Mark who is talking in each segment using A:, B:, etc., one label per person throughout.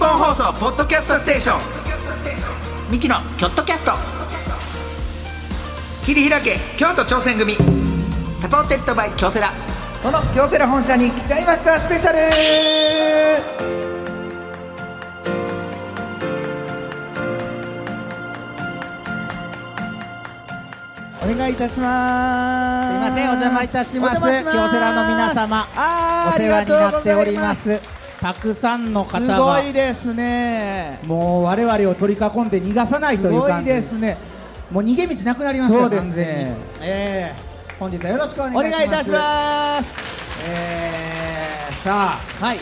A: 放送ポッドキャストステーションミキのキョットキャスト切り開け京都挑戦組サポーテッドバイ京セラ
B: この京セラ本社に来ちゃいましたスペシャルお願いいたします
C: すいませんお邪魔いたします
B: お邪魔し
C: 京セラの皆様
B: あー
C: お世話になっておりま
B: あ
C: すたくさんの方
B: りがとうございますす
C: が
B: ごいですね
C: もう我々を取り囲んで逃がさない
B: す
C: という
B: ご
C: 感
B: い
C: じ
B: ですね
C: もう逃げ道なくなりましたよ
B: そうですね
C: 完全にええ本日はよろしくお願い
B: お願いいたします
C: えーさあ
B: はい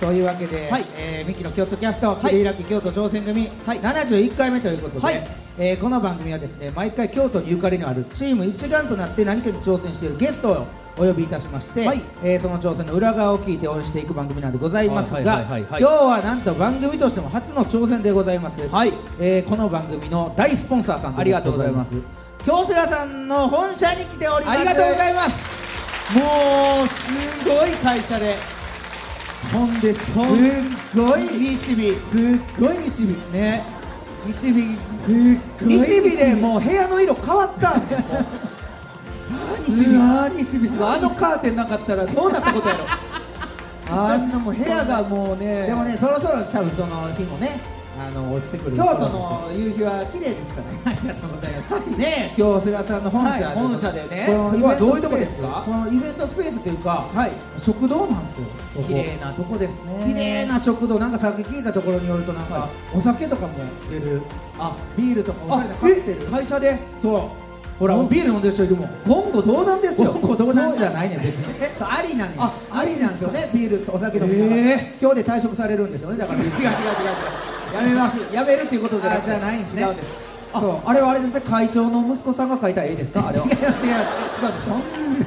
C: というわけで、
B: はい
C: えーミキの京都キャスト、
B: い
C: 切り開き京都挑戦組、71回目ということで、
B: はい
C: えーこの番組はですね毎回京都にゆかりのあるチーム一丸となって何かに挑戦しているゲストをお呼びいたしまして、
B: はい
C: えーその挑戦の裏側を聞いて応援していく番組なんでございますが、
B: はいはいはいはいはい
C: 今日はなんと番組としても初の挑戦でございます、
B: はい
C: えーこの番組の大スポンサーさんで
B: ありがとうございます
C: 京セラさんの本社に来ております
B: ありがとうございますもうすごい会社で
C: ほんです
B: ほん
C: っごい
B: 西日
C: すっごい西日
B: ね西日
C: すっごい
B: 西日でもう部屋の色変わ ったんだよもう
C: 西日
B: うわー西日すごいあのカーテンなかったらどうなったこと やろあんなもう部屋がもうね
C: でもねそろそろ多分その日もねあの落ちてくる
B: 京都の夕日は綺麗ですからねありがとうございます
C: ね京セラさんの本社で、
B: はい本社でね
C: この
B: こ
C: イベント
B: こはどういうとこですか
C: このイベントスペースというか、
B: はい
C: 食堂なんですよここ
B: 綺麗なとこですね
C: 綺麗な食堂なんかさっき聞いたところによるとなんか、
B: はい
C: お酒とかも出る
B: あ
C: ビールとかお
B: あ
C: 酒とか買って
B: え
C: る
B: 会社で
C: そうほら
B: そう
C: ビール飲んでる人いるもん
B: 言語道断ですよ
C: 言語道断じゃないねん別に
B: え
C: そうありなんよ
B: あ
C: ありなんですよねビールとお酒飲みながら、
B: え
C: 今日で退職されるんですよねだから
B: 違う違う違う違うやめますやめるっていうことじゃな
C: あ
B: く
C: じゃないんですね
B: 違うんですあ
C: そう
B: あれはあれですね会長の息子さんが描いた絵ですかあれは
C: 違う違う違うそ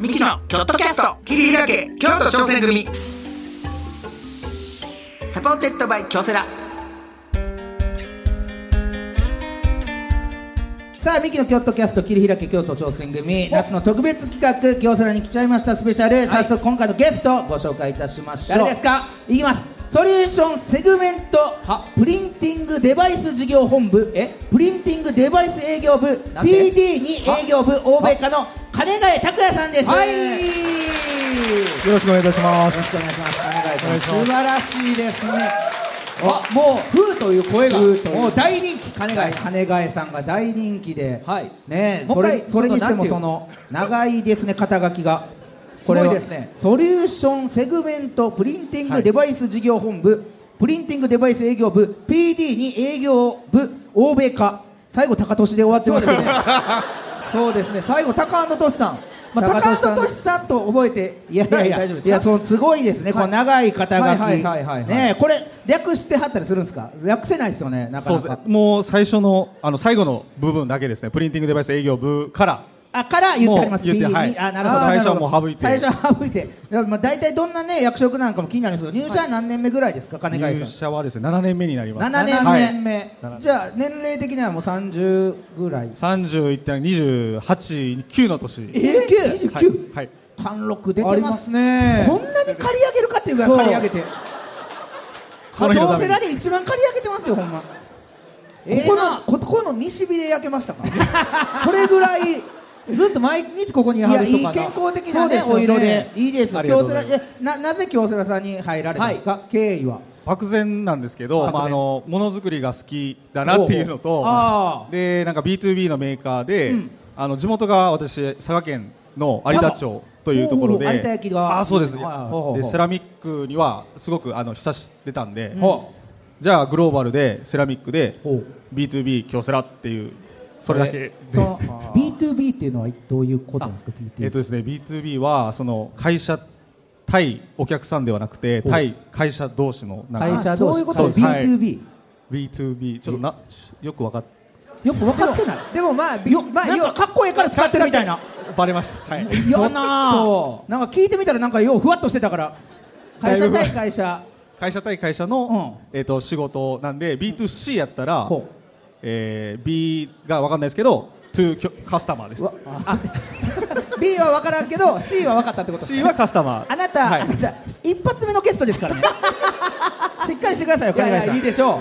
B: ミキのキョットキャスト切り開け京都挑戦組サポーテッドバイ京セラ
C: すさあミキの京都キャスト切り開け京都挑戦組夏の特別企画京セラに来ちゃいましたスペシャル、早速今回のゲストをご紹介いたしましょう
D: 誰ですか
C: いきますソリューションセグメント
D: は
C: プリンティングデバイス事業本部
D: え
C: プリンティングデバイス営業部
D: なんて
C: PD2 営業部欧米課の金貝拓也さんです
D: はい
E: よろしくお願いいたしま
C: よろ
E: す。
C: しくお願いします。
D: 素晴らしいですねあもう「ふ」という声が
C: ふーという
D: もう大人気金
C: 金
D: 貝
C: 貝金貝さんが大人気で、
D: はい
C: ねえ
D: もう
C: そ
D: 一回
C: れそれにしても
D: ちょ
C: そ
D: っと
C: の長いですね肩書きが。これは
D: すごいですね
C: ソリューションセグメントプリンティングデバイス事業本部、プリンティングデバイス営業部 PD に営業部欧米課最後高俊で終わって
D: そ
C: ま
D: う
C: す
D: で
C: ね
D: すねそうですね最後高安俊さん、まあ、
C: 高
D: 高
C: 安俊さ
D: 安
C: ん
D: 俊さんと覚えて
C: いやいやいや
D: 大丈夫です
C: い
D: か
C: やそのすごいですね、
D: はい
C: この長い肩書き、
D: はいはいはいはいはい
C: ねえこれ略してはったりするんですか略せないですよねなか
E: そう
C: な
E: ですね
C: か。
E: もう最初のあの最後の部分だけですね。プリンティングデバイス営業部から
C: あから言ってあります。
E: もう言
C: PD
E: って
C: に
E: はい
C: あなるほど。
E: 最初は
C: なるほど
E: もう省いて
C: 最初は省いて。でもまあ大体どんなね役職なんかも気になりますけど、入社は何年目ぐらいですか金貝
E: 入
C: さん。
E: 社はですね7年目になります。
C: 七年目、
E: はい。はい
C: じゃあ年齢的にはもう三十ぐらい。
E: 31点28、9の年。
C: え二十
E: はい
C: 九。
E: はい。
C: 貫禄出
D: 出
C: て
D: て
C: ま
D: ますす。ね
C: こんなに借り上げるかっていうぐらい借り上げて。
E: この日の
C: 京
E: ため
C: セ
E: に
C: ラで一番借り上げてますよほんま。ええ
D: ここ
C: な
D: のここの西日で焼け ましたかそれぐらいずっと毎日ここに
C: い
D: いは
C: や
D: る
C: いい
D: 人
C: 健
D: かな
C: 康的な、ね
D: そうですよね
C: お色でいいですよ
E: ありがとう
C: 京
E: ご
C: セ
E: ざ
C: ラ
E: い
C: えななぜ京セラさんに入られたんですか、経緯は
E: 漠然なんですけど、
C: 漠然
E: まあ、あのものづくりが好きだなっていうの
C: ほうほうあ
E: とでなんか B2B のメーカーで、あの地元が私佐賀県の有田町というところで
C: ほうほう有田焼が
E: あそうです、
C: はいはい
D: ほうほうほう
E: でセラミックにはすごくあの親してたんで、
D: ほ
E: じゃあグローバルでセラミックで
C: ほう
E: B2B 京セラっていうそれだけ
C: その B2B っていうのはどういうことなんですか B2B
E: えっとですね B2B はその会社対お客さんではなくて
C: う
E: 対会社同士のなんか
C: 会社同士
D: あそういう
E: ことですはい
C: B2B、
E: B2B ちょっとなよく分かっ
C: よく分かってない
D: でもまあよまあ
C: なんかかっこいいから使ってるみたいな
E: バレましたはい
C: 嫌な
D: ちょっと
C: なんか聞いてみたらなんかようふわっとしてたから会社対会社
E: 会社対会社の、えっと仕事なんで B2C やったら、
C: ほう
E: えー B が分かんないですけど to きょカスタマーです
C: わあ
D: B は分からんけど C は分かったってこと
E: C はカスタマー
C: あなた、
E: はい
C: あなた一発目のゲストですからねしっかりしてくださいよ
D: いやいや
C: 金貝さん
D: いいでしょ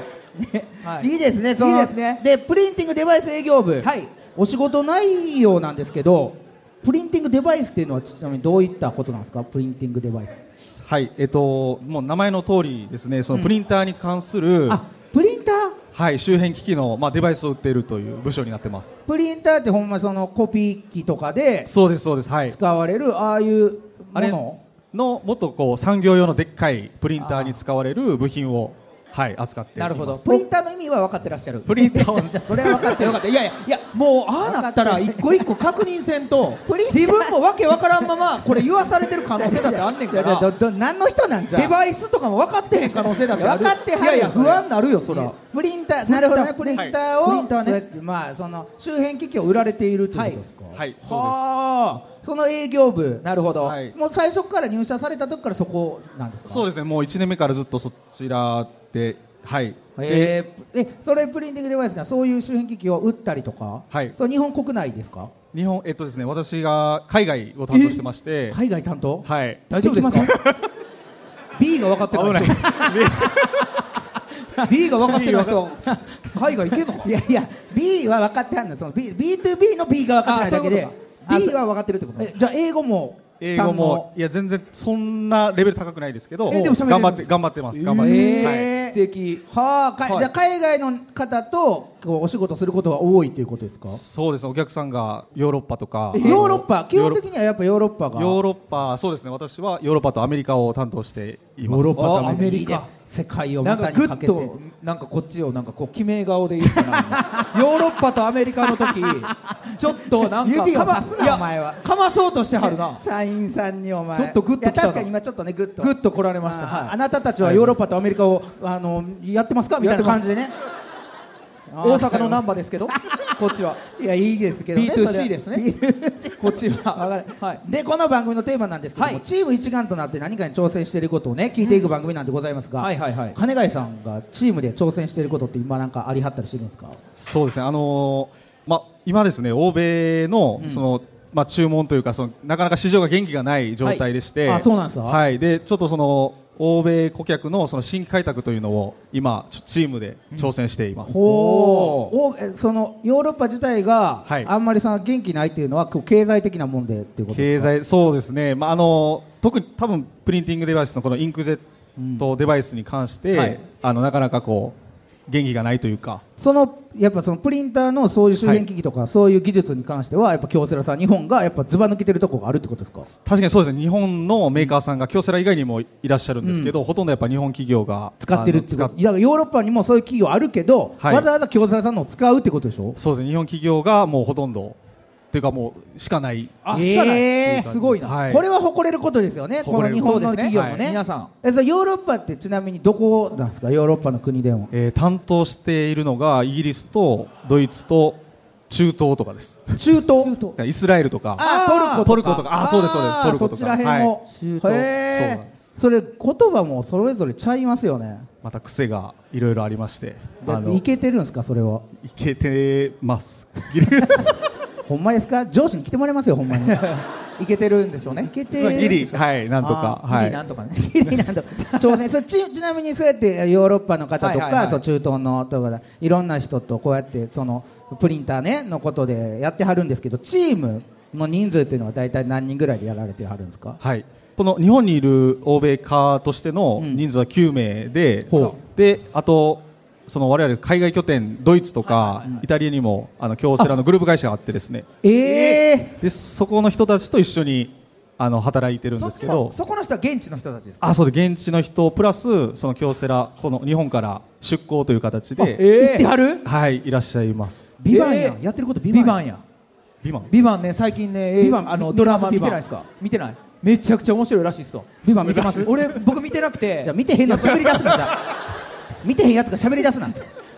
C: ね
D: はい
C: い、いですねその
D: いいですね
C: でプリンティングデバイス営業部、
D: うはい
C: お仕事内容なんですけどプリンティングデバイスっていうのはちなみにどういったことなんですかプリンティングデバイス
E: はいえっ、ともう名前の通りですねそのプリンターに関する、
C: あプリンター
E: はい周辺機器のまあデバイスを売っているという部署になってます
C: プリンターってほんまそのコピー機とかで
E: そうですそうですはい
C: 使われるああいうも
E: あれ
C: の
E: のもっとこう産業用のでっかいプリンターに使われる部品をはい、扱っていま
D: な
E: す
D: るほどプリンターの意味は分かってらっしゃる
E: プリンターを
D: じゃあそれは分かってよかったいやいやいやもうああなったら一個一個確認せんと自分もわけ分からんままこれ言わされてる可能性だってあんねんか
C: いやど
D: ら
C: ど何の人なんじゃ
D: デバイスとかも分かってへん可能性だってある
C: いや分かってはるよ
D: いやいや不安になるよそら
C: プリンターなるほどねプ
D: プ
C: リ
D: リ
C: ンタ
D: ンタ
E: ー
C: ーを、
D: はいプリンターね
C: そうやってまあその周辺機器を売られているということですか、は
E: はい、そう
C: あその営業部
D: なるほど、
E: はい
C: もう最初から入社された時からそこなんです
E: で
C: か
E: す。そうですね、もう1年目からずっとそちらで、はい。
C: えーえそれプリンティングデバイスがそういう周辺機器を売ったりとか、
E: はい
C: それ日本国内ですか
E: 日本、えっとですね、私が海外を担当してまして、
C: 海外担当、
E: はい。
C: 大丈夫ですか B が分かって
E: 危ない。
C: B が分かってる
D: B
C: 人海外行けるのかいやいや B は分かってはんのその B B2B の B が分かってないだけで
D: あそういうことか
C: B
D: B
C: は
D: は
C: 分かってるってことじゃあ英語も
E: 英語も、いや、全然そんなレベル高くないですけど、
C: えでも喋れるんです
E: 頑張って、頑張ってます。頑張ってます。はい。
C: 素敵はあかい
D: はい
C: じゃあ海外の方とこうお仕事することが多いということですか
E: そうですね、お客さんがヨーロッパとか。
C: ヨーロッパ基本的にはやっぱヨーロッパが
E: ヨーロッパ、そうですね、私はヨーロッパとアメリカを担当しています。
C: ヨーロッパと
D: あアメリカ
C: いいです世界を
D: なん
C: 股
D: か
C: に
D: グ
C: か
D: ッ
C: けて
D: となんかこっちをなんかこう決め顔で言うかなヨーロッパとアメリカの 時ちょっとなんか
C: 指を
D: かま
C: さすない
D: や
C: お前は
D: かまそうとしてはるな
C: 社員さんにお前
D: ちょっとグッと
C: いや
D: 来たな
C: 確かに今ちょっとねグッと
D: グッと来られました
C: あー
D: は
C: あ
D: い
C: なたたちはヨーロッパとアメリカをあのやってますかみたいな感じでね
D: 大阪の難
C: 波
D: 波ですけ どこっちはい
C: やいいですけどね
D: B2C
C: それは
D: ですね
C: B2C
D: こっちは
C: わかる
D: はい
C: でこの番組のテーマなんですけども、
D: はい
C: チーム一丸となって何かに挑戦していることをね聞いていく番組なんでございますが、
D: はいはいはい
C: 金貝さんがチームで挑戦していることって今なんかありはったりしてるんですか
E: そうですね、あのーま今ですね、欧米の、その。ま注文というかそのなかなか市場が元気がない状態でして、
C: はいあそうなんですか
E: はい、でちょっとその欧米顧客のその新開拓というのを今ちょチームで挑戦しています。
C: ほうおえそのヨーロッパ自体が
E: はい
C: あんまりさ元気ないっていうのはこう経済的なもんでっていうことで
E: 経
C: すか
E: 済そうですね、まあ、あの特に多分プリンティングデバイスのこのインクジェットデバイスに関して、
D: はい
E: あのなかなかこう元気がないというか
C: そのやっぱそのプリンターのそういう周辺機器とか、そういう技術に関してはやっぱ京セラさん日本がやっぱズバ抜けてるとこがあるってことですか
E: 確かにそうですね日本のメーカーさんが京セラ以外にもいらっしゃるんですけど、ほとんどやっぱ日本企業が
C: 使ってるって
E: あ
C: こ
E: の
C: と
E: 使
C: いやだからヨーロッパにもそういう企業あるけど、
E: はい
C: わざわざ京セラさんのを使うってことでしょ
E: そうですね日本企業がもうほとんどっていうかもうしかない
D: あ
C: ええ
D: しかないっていう感じ
C: すごいな、
E: はい
C: これは誇れることですよね、この
E: 誇れ
C: 日
E: る
C: 本の
D: そうですね
C: 企業もね、
D: はい皆さん
C: えそれヨーロッパってちなみにどこなんですか、ヨーロッパの国でも、
E: えー担当しているのがイギリスとドイツと中東とかです
C: 中東、
E: イスラエルとか
C: あー
E: トルコとかあーそうですそうですトルコと
C: そ
E: か
C: ちら辺も、
E: はい
C: へ
E: そうなん
C: えそれ、言葉もそれぞれちゃいますよね、
E: また癖がいろいろありましてあの
C: いけてるんですか、それは、
E: いけてます。
C: ほんまですか、上司に来てもらいますよ、ほん まに。
D: いけてるんでしょうね
C: いけて
E: まあギリ、はい、なんとか、
C: あー
E: は
C: ギリ
E: い。
C: なんとかね。 ギリなんとか。挑戦。それちちなみにそうやってヨーロッパの方と
D: はいはいは
C: か、
D: い
C: そう中東のとかいろんな人とこうやってそのプリンターねのことでやってはるんですけど、チームの人数っていうのは大体何人ぐらいでやられてはるんですか。
E: はい。この日本にいる欧米化としての
C: うん
E: 人数は9名で、
C: ほ
E: で、あと、その我々海外拠点、ドイツとか、イタリアにも、あの、京セラのグループ会社があってですね、
C: ええ
E: で、そこの人たちと一緒に、あの、働いてるん
D: そ
E: で
D: っ
E: す
D: ち
E: け
D: の
E: ど、
D: そこの人は現地の人たちですか
E: あ、そうで、現地の人、プラス、その京セラ、この日本から出向という形で、
C: 行ってはる？
E: はい、いらっしゃいます。
C: ビバンや
D: え
C: ん。
D: ー
C: やってることビ
D: ビ
C: バン。
D: バンや
E: ビマン
D: ビバンね最近ね
C: ビ
D: ビ
C: バ
D: バ
C: ン
D: ンあの
C: 見て
D: ド
C: ま
D: ラ
C: す
D: マ
C: ビ
D: 見て
C: バン
D: ないですか見てないめちゃくちゃ面白いらしいっすよ
C: ビバン見てます
D: 俺僕見てなくて
C: じゃあ見てへんの喋り 出すなじ ゃあ。見てへんやつが喋り出すな。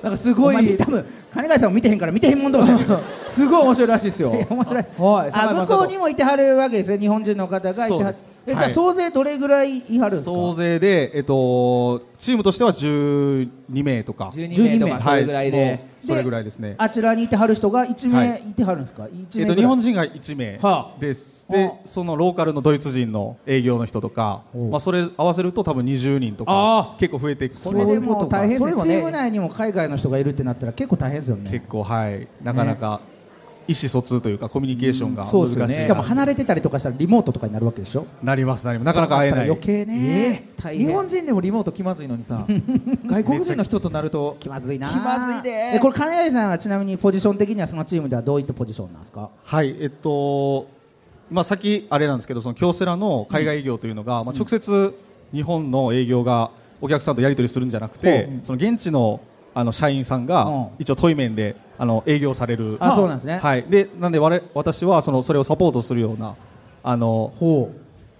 D: なんかす
C: お
D: ご
C: 前
D: い
C: 多分金貝さんも見てへんから見てへんもんどうし
D: すごい面白いらしいですよ
C: いや 面白い。
D: はい
C: あ
D: 堺雅
C: 向
D: 人
C: こうにもいてはるわけですね。日本人の方がいて
E: そう
C: は
E: で
C: る
E: す。
C: えじゃ
E: は
C: あ
E: い
C: 総勢どれぐらいいはるんですか。
E: 総勢で、えっと、チームとしては12名とか、
D: 12名と
C: 12名
D: かそれぐらい
E: はも
D: で
E: うそれぐらいですね。
C: あちらにいてはる人が一
E: は
C: 名
E: い
C: いてはるんですか。一
E: え
C: 名
E: っ
C: ぐらい
E: と、日本人が1名
C: はあ
E: です、
C: は
E: でそのローカルのドイツ人の営業の人とか、まあ、それ合わせると多分20人とか結構増えてきて
C: これでもう大変
D: そ
C: で
D: ういう
C: す
D: こ
C: ね。チ
D: とか
C: ーム内にも海外の人がいるってなったら結構大変ですよね
E: 結。構はいなかなか意思疎通というかコミュニケーションが
C: そうですよ
E: 難し
C: ね。
E: い
C: しかも
E: な
C: 離れてたりとかしたらリモートとかになるわけでしょ。
E: なりますなりますなかなか会えない
C: だったら余計ね。大変
D: 日本人でもリモート気まずいのにさ外国人の人となると
C: 気まずいな。
D: 気まずいで
C: えこれ金貝さんはちなみにポジション的にはそのチームではどういったポジションなんですか。
E: はいえっとまあさっきあれなんですけどその京セラの海外営業というのが、まあ、直接日本の営業がお客さんとやり取りするんじゃなくて、
C: ほう
E: その現地のあの社員さんが
C: うん
E: 一応対面であの営業される
C: あそうなんですね
E: はい、でなんで我々私はそのそれをサポートするようなあの
C: ほ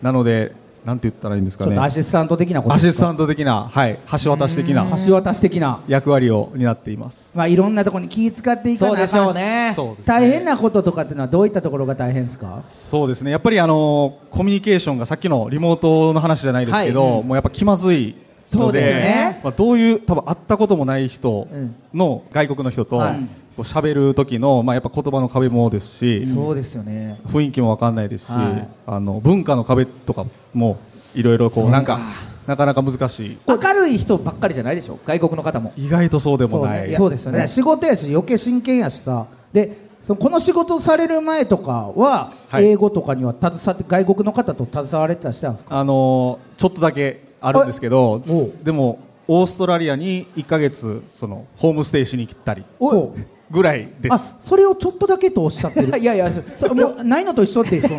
C: う
E: なのでなんて言ったらいいんですか
C: ちょっ
E: ね
C: とアシスタント的なこと
E: アシ
C: です
E: ス
C: か
E: タント的な、はい、橋渡し的な
C: 橋渡し的な
E: 役割を担っています。
C: まあいろんなところに気使っていか
D: そう
C: な
D: で
C: い
D: しょうね
E: そうですね
C: 大変なこととかっていうのはどういったところが大変ですか
E: そうですねやっぱりあのコミュニケーションがさっきのリモートの話じゃないですけど、もうやっぱ気まずい
C: そう
E: ので
C: ですよね
E: まあ、どういう多分会ったこともない人の外国の人とこ
C: はいう
E: 喋る時の、まあ、やっぱ言葉の壁もですし、
C: そうですよね
E: 雰囲気も分かんないですし、
C: はい
E: あの文化の壁とかもいろいろこうなんかなかなか難しい
D: 明るい人ばっかりじゃないでしょ外国の方も
E: 意外とそうでもない、
C: ねそうですよね仕事やし余計真剣やしさでそのこの仕事される前とかは
E: はい
C: 英語とかには携わって外国の方と携われてたりしたんですか
E: あのちょっとだけあるんですけど
C: おう
E: でもオーストラリアに1ヶ月そのホームステイしに来たり
C: おい
E: ぐらいで
C: あ
E: す
C: それをちょっとだけとおっしゃってるいやいやそもうないのと一緒ってその
E: い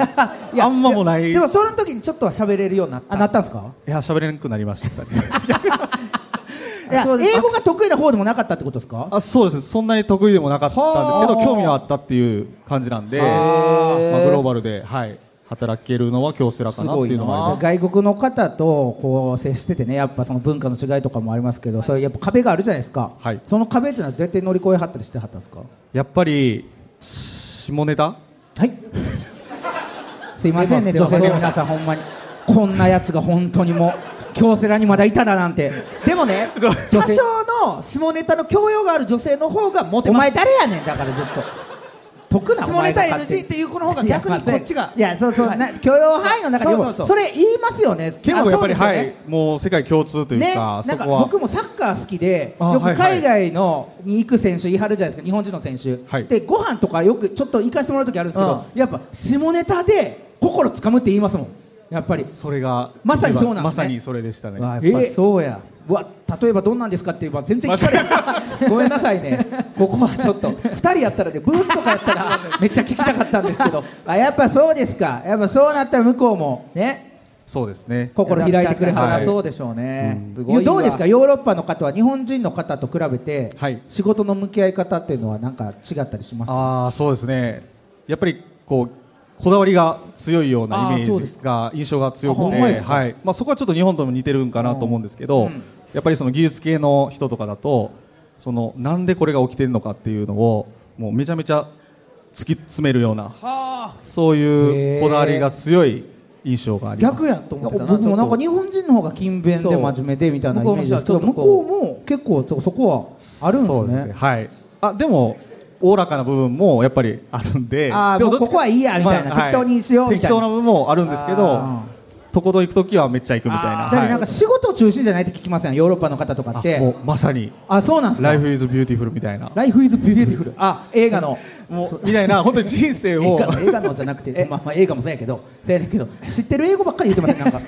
E: やあんまもないい
D: でもその時にちょっとは喋れるようになった
C: あなったんですか
E: や喋れなくなりましたね
C: いや
D: そうです
C: 英語が得意な方でもなかったってことですか
E: あそうですねそんなに得意でもなかったんですけ
C: は
E: ど
C: あ
E: 興味はあったっていう感じなんで、まあ、グローバルで、はい、働けるのは京セラかなっていうのもあります
C: 外国の方とこう接しててねやっぱその文化の違いとかもありますけどそれやっぱ壁があるじゃないですか、
E: はい
C: その壁っていうのはどうやって乗り越えはったりしてはったんですか
E: やっぱり下ネタ
C: はいすいませんね
D: 出ま
C: 女
D: す出ます
C: 性の皆さんほんまにこんなやつが本当にもう京セラにまだいただなんて
D: でもね多
C: 女性
D: 少の下ネタの教養がある女性の方がモテ
C: お
D: ま
C: 前
D: す
C: 誰やねんだからずっと得なお
D: 下ネ
C: 前
D: タ
C: だからって
D: NG っていう子の方が逆にこっちが
C: いやそうそう、な許容範囲の中で
D: そうそうそう
C: それ言いますよね
E: 結構やっぱり、
C: あそう
E: は
C: ですよね
E: いもう世界共通という
C: ね、
E: か、
C: なん
E: そ
C: か
E: こは
C: 僕もサッカー好きで
E: あ
C: よ
E: はい
C: く
E: はい
C: 海外のに行く選手言い張るじゃないですか日本人の選手、
E: はい
C: でご飯とかよくちょっと行かせてもらう時あるんですけど、やっぱ下ネタで心つかむって言いますもんやっぱり、
E: それが
C: まさにそうなんですね
E: まさにそれでしたね
C: わやっぱ
E: え
C: そうや、わ例えばどんなんですかって言えば全然聞かれ ない
D: ごめんなさいねここはちょっと2人やったらねブースとかやったらめっちゃ聞きたかったんです けど
C: あやっぱそうですかやっぱそうなったら向こうも
D: ね
E: そうですね
C: 心開いてくれ
D: は
C: は
E: は
C: る
E: い
D: そうでしょうね、すごいわ
C: どうですかヨーロッパの方は日本人の方と比べて、
E: はい
C: 仕事の向き合い方っていうのはなんか違ったりします
E: ああそうですねやっぱりこうこだわりが強いようなイメ
C: あーそうで
E: ー
C: す
E: ジが印象が強く
C: あほ
E: て
C: んまですか
E: はいまあ、そこはちょっと日本とも似てるんかなと思うんですけど、やっぱりその技術系の人とかだとそのなんでこれが起きてるのかっていうのをもうめちゃめちゃ突き詰めるようなそういうこだわりが強い印象があります
D: 逆やんと思ってたな
C: 僕もなんか
D: ち
C: 日本人の方が勤勉で
D: そう
C: 真面目でみたいなイメージですけど向
D: 向こ
C: こ
D: うの
C: うも結構そそこはあるんです
E: そう
C: ね
E: はいあでもおおらかな部分もやっぱりあるんで
C: あー
E: で
C: もう
E: どっちか
C: ここはいいやみたいな適当にしようみたいな
E: 適当な部分もあるんですけど
C: あ
E: とことん行く時はめっちゃ行くみたいな
C: だからなんか
E: はい
C: 仕事中心じゃないって聞きませんヨーロッパの方とかっ
E: あも
C: て
E: うまさに
C: あそうなんで
E: 「
C: すか
E: Life is beautiful」みたいな
C: ライフイズビューティフルあ映画の
E: もうみたいな本当に人生
C: 映
E: を
C: 画の映画のじゃなくてまあまあ映画もそうやけどそうやねんけど知ってる英語ばっかり言ってませんなんか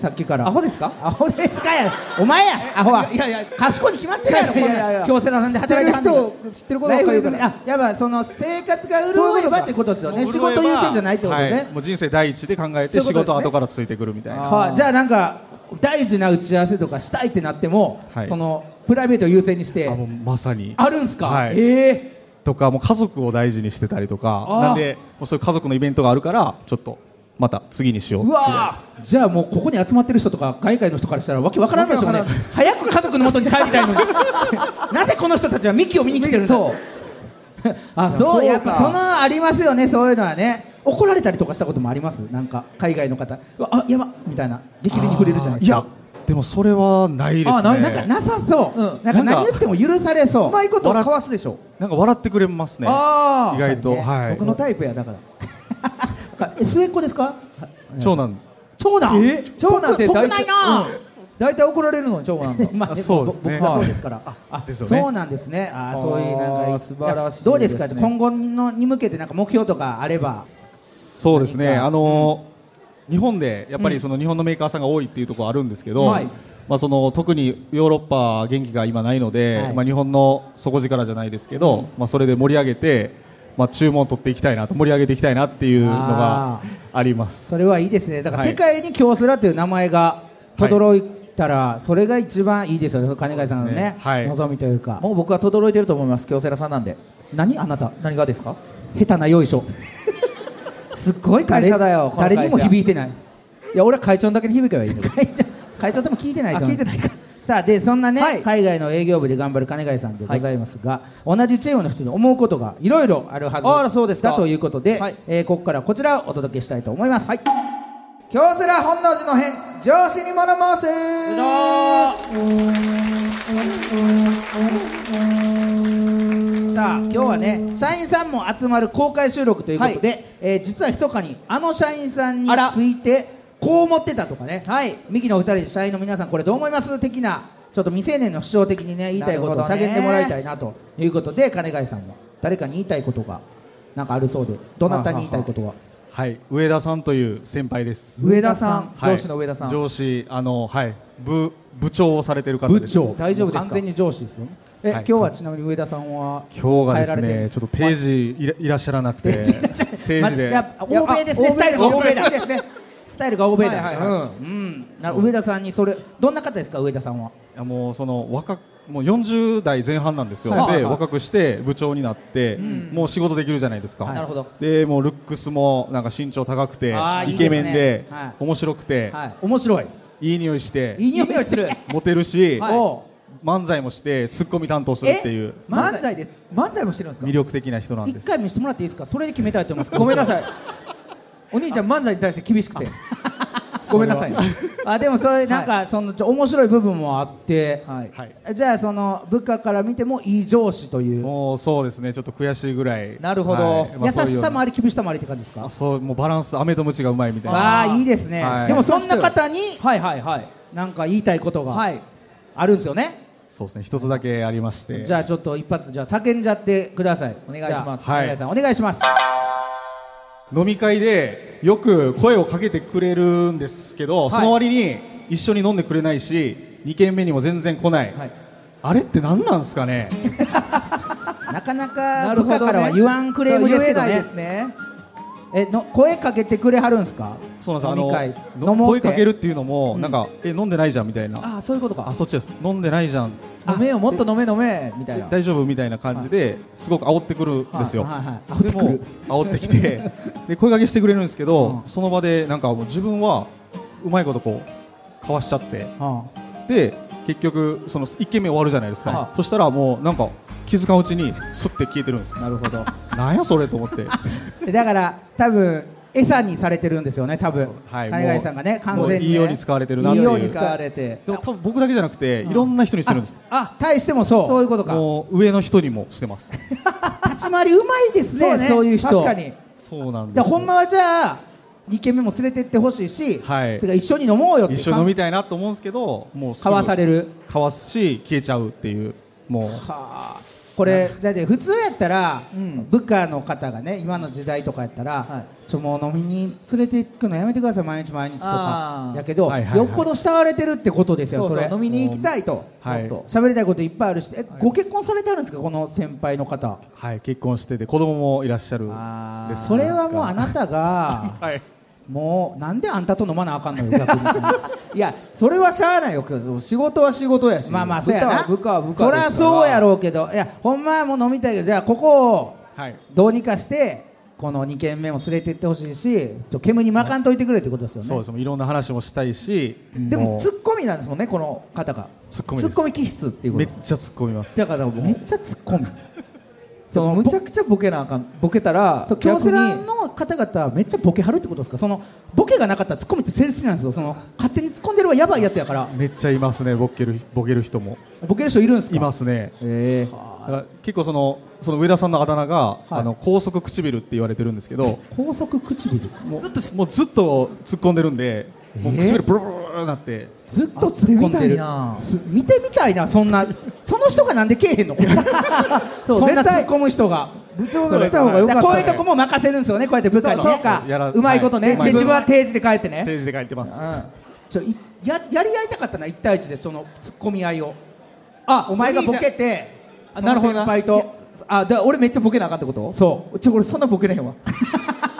C: さっきからアホですかアホですかやお前やアホはいやいや賢いに決まってるやろこん
D: いやいやいや
C: な強制なさんで働いてはんねん
D: 知ってる人知ってることばっかり言うから
C: ライフイズあやっぱその生活が潤えばってことですよね
E: もう
C: 仕事優先じゃないってこと
E: は
C: ね、
E: もう人生第一で考え
C: そう
E: て
C: いうことですね
E: 仕事は後からついてくるみたいな
C: はい、じゃあなんか大事な打ち合わせとかしたいってなっても、
E: はい
C: そのプライベートを優先にして
E: あもうまさに
C: あるんすか、
E: はい
C: ええ
E: とかもう家族を大事にしてたりとか
C: あー
E: なんでもうそういう家族のイベントがあるからちょっとまた次にしよう
C: うわーじゃあもうここに集まってる人とか外界の人からしたらわけわからんでしょうね
D: わけわ
C: 早く家族の元に帰りたいの になぜこの人たちはミキを見に来てるんだそうあそうやっぱそのありますよねそういうのはね怒られたりとかしたこともありますなんか海外の方うわあやばみたいな激励に触れるじゃないで
E: い
C: すか
E: やでもそれはないですね
C: あななんかなさそう、
D: うん
C: なんか
E: なんか
C: 何言っても許されそう
D: うまいことをかわすでしょ
E: なんか笑ってくれますね
D: あー
E: 意外と、
C: ね
E: はい
D: 僕のタイプやだから
C: え末っ子ですか
E: 長男
C: 長男
D: え長男って
C: 得
D: 大
C: 得ないな
D: 体、うん大体怒られるのに長男が
C: ま
E: あそうですね
C: 僕はそうですから
E: あですよね
C: そうなんですねあ
D: あー
C: そういうなんか
D: 素晴らしいですね
C: どうですか今後のに向けてなんか目標とかあれば
E: そうですね
C: 何か
E: あのー日本でやっぱりその日本のメーカーさんが多いっていうところあるんですけど、
C: はい
E: まあ、その特にヨーロッパ元気が今ないので、
C: はい
E: まあ、日本の底力じゃないですけど、まあ、それで盛り上げて、まあ、注文を取っていきたいなと盛り上げていきたいなっていうのがあります
C: それはいいですねだから
E: はい
C: 世界に京セラという名前が
E: はい
C: 轟たらそれが一番いいですよね金貝さんのね
E: そうですねはい
C: 望みというか
D: もう僕は轟いてると思います京セラさんなんで
C: 何あなた
D: 何がですか
C: 下手なよいしょすっごい会社だよ
D: 誰
C: 誰
D: に
C: に
D: も
C: も
D: 響
C: 響
D: い
C: いてない
D: いや俺は会長のだけに響けばいいんだけど
C: 会長会長でも聞いてないか
D: あ聞いてないか
C: さあでそんなね、
D: はい
C: 海外の営業部で頑張る金貝さんでございますが、同じチームの人に思うことがいろいろあるはず
D: あらそうですか
C: だということで、
D: はい
C: えーここからこちらをお届けしたいと思います、はい、京セラ本能寺の変上司に物申すさあ今日はね社員さんも集まる公開収録ということで、えー実は密かにあの社員さんに
D: あら
C: ついてこう思ってたとかねはいミキのお二人社員の皆さんこれどう思います的なちょっと未成年の主張的にね言いたいことを
D: なるほどね
C: 叫んでもらいたいなということで金貝さんも誰かに言いたいことがなんかあるそうでどなたに言いたいことは
E: はい、上田さんという先輩です。
D: 上田さん
E: はい
D: 上司の上田さん
E: 上司、あの、はい、部、部長をされてる方
C: 部
E: です。
C: 長
D: 大丈夫ですか
C: 完全に上司ですよねえ、
E: はい
C: 今日はちなみに上田さんは
E: 今日がです
C: 変えられ
E: ね、
C: て
E: ちょっと定時いらいらっしゃらな くて、定
C: ま
E: 時
C: い
E: で。
C: や欧米ですね
D: いや
C: スタイルが
D: 欧
C: 欧
D: 米
C: 米
D: だ
C: だですねスタイルが欧米だ、
D: はいはいは
C: うん、うんな上田さんにそれどんな方ですか上田さんはい
E: やもうその若くもう40代前半なんですよ、
C: はい
E: で若くして部長になって、もう仕事できるじゃないですか、
C: はいなるほど
E: でもうルックスもなんか身長高くて
C: あーい
E: イ
C: いです
E: ケ
C: ね
E: メンで
C: はい
E: 面白くて、
C: はい面白い
E: い、い匂いして
C: いい匂いをしてる
E: モテるし、
C: はいお
E: 漫才もしてツッコミ担当するっていう
D: 漫才で漫才もしてるんですか
E: 魅力的な人なんで
C: 一
E: す
C: 回見せてもらっていいですかそれで決めたいと思います
D: ごめんな
C: さい
D: さいお兄ちゃん漫才に対して厳しくて ごめんなさい
C: あでもそれなんかそのちょ面白い部分もあって、
D: はい
E: はい
C: じゃあその部下から見てもいい上司という
E: もうそうですねちょっと悔しいぐらい
D: なるほど
E: はいまあそう
C: 優
E: いう
C: し
E: よ
C: さ
E: うな
C: もあり厳しさもありって感じです
E: あ
C: か
E: そうもうバランス飴とムチがうまいみたいな
C: ああいいですね、
E: はい
C: でもそんな方に
D: はいはいはい
C: なんか言いたいこと
D: は
C: が
D: い
C: あるんですよね、
E: そうですね一つだけありまして
C: じゃあちょっと一発じゃあ叫んじゃってください
D: お願いします
C: じゃあ
E: はい
C: 金貝さんお願いします
E: 飲み会でよく声をかけてくれるんですけど、その割に一緒に飲んでくれないし2軒目にも全然来ない、
D: はい
E: あれって何なんですかね
C: なかな
D: な
C: か
D: る
C: 部
D: ほ
C: 下
D: どね
C: からは言わんクレームですけど
D: そう言えな
C: ね
D: いですね
C: えの声かけてくれはるんですか
E: そうなん
C: 飲み会
E: ですあの
C: 飲もうっ
E: 声
C: て
E: かけるっていうのも、なんかえ飲んでないじゃんみたいな
D: ああそういうことか
E: あそっちです飲んでないじゃん
D: 飲めよもっと飲め飲めみたいな
E: 大丈夫みたいな感じですごく煽ってくるんですよ、
C: はいはい
E: でも煽ってきて で声かけしてくれるんですけど、その場でなんかもう自分はうまいことこうかわしちゃって、で結局その1軒目終わるじゃないですか、そしたらもうなんか気づかんうちにすって消えてるんですよ
C: なるほど
E: なんやそれと 思って
C: でだから多分餌にされてるんですよね多分、
E: はい
C: 海外さんがね
E: もう
C: 完全にね、
E: もういいように使われてるなって
C: い
E: いう
C: よ
E: そうう
C: に使わ
D: れて
E: でも多分僕だけじゃなくていろんな人にしてるんです
C: あ対してもそうそういうことか
E: もう上の人にもしてます
C: 立ち回りうまいですね
D: そ
C: そうう
D: ね
C: いう人
D: 確かに
E: そうなん で
C: ですほんまはじゃあ2軒目も連れてってほしいし、
E: はい
C: てか一緒に飲もうよって
E: 一緒に飲みたいなと思うんですけどもうすぐ
C: かわされる
E: かわすし消えちゃうっていうもう
C: はあこれだって普通やったら、部下の方がね今の時代とかやったら、ちょもう飲みに連れて行くのやめてください毎日毎日と
D: あ
C: か
D: ー
C: やけど、
E: はいはいはい
C: よっぽど慕われてるってことですよ
D: そうそう
C: れ
D: 飲みに行きたいと
E: はい
D: もっと
C: 喋りたいこといっぱいあるしえ、ご結婚されてあるんですかこの先輩の方
E: はい結婚してて子供もいらっしゃる
D: あー
E: です
C: それはもうあなた が
E: はい
C: もうなんであんたと飲まなあかんのよ逆 に
D: いやそれはしゃあないよ仕事は仕事やし
C: まあまあそうやな
D: 部下は部下
C: そ
D: は部
C: り
D: 下
C: ゃ
D: ですから
C: そうやろうけどいやほんまはもう飲みたいけどじゃあここを
E: はい
C: どうにかしてこの2軒目も連れてってほしいしちょっと煙に巻かんといてくれってことですよね、
E: そうですもういろんな話もしたいし
D: でもツ
E: う
D: ッコミなんですもんねこの方が
E: ツッコミです
D: ツッコミ気質っていうこ
E: め
D: と
E: っちゃ突っ込みます
D: だからもう
C: めっちゃ突っ込む
D: そのむちゃくちゃボケなあかんボケたら
C: そう京
D: 逆
C: セラ
D: に
C: の方々はめっちゃボケはるってことですかそのボケがなかったらツッコミって成立しないんですよその勝手に突っ込んでるはやばいやつやから
E: めっちゃいますねボケるボケる人も
C: ボケる人いるんですか
E: いますね
D: え
E: だから結構そのその上田さんのあだ名が、あの高速唇って言われてるんですけど
C: 高速唇
E: もうずっともうずっと突っ込んでるんで、もう唇ブルブルブルなって
C: ずっと突っ込んでる
D: あ
C: す見てみたいなそんなその人がなんでけえへんの そうそんな突っ込む人が部長
E: が来た方がよかったね
C: こういうとこも任せるんですよねこうやって部下に
E: そう
C: ね
E: そうそうやら
C: うまいことね、
E: はい
C: 自分は定時で帰ってね
E: 定時で書いてます、
C: ちょいややり合いたかったな一対一でその突っ込み合いを
D: あ
C: お前がボケて
D: あなるほど
C: その
D: な
C: 先輩と
D: あだから俺めっちゃボケなあかんってこと
C: そう
D: ちょ俺そんなボケれへんわ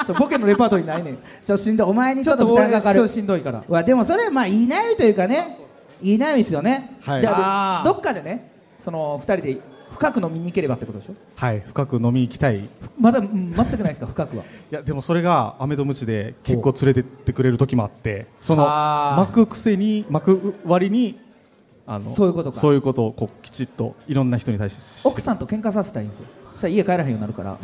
D: そうボケのレパートリーないねん
C: ちょしんどいお前に
D: ち
C: ち
D: ょ
C: ょ
D: っ
C: っ
D: と
C: と負
D: 俺
C: 担
D: が
C: かか
D: そう
C: る
D: しんどいから
C: わでもそれはまあいい内容というかね
D: いないですよね、
E: はい
D: であの
C: あー
D: どっかでねその2人で深く飲みに行ければってことでしょ
E: はい深く飲み行きたいい
D: まだうん全くないですか深くは
E: やでもそれがアメとムチで結構連れてってくれる時もあってその
D: あー
E: 巻くくせに巻く割にあの
D: そういうことか
E: そういうことをこうきちっといろんな人に対してして
D: 奥さんと喧嘩させたいんですよそしたら家帰らへんようになるから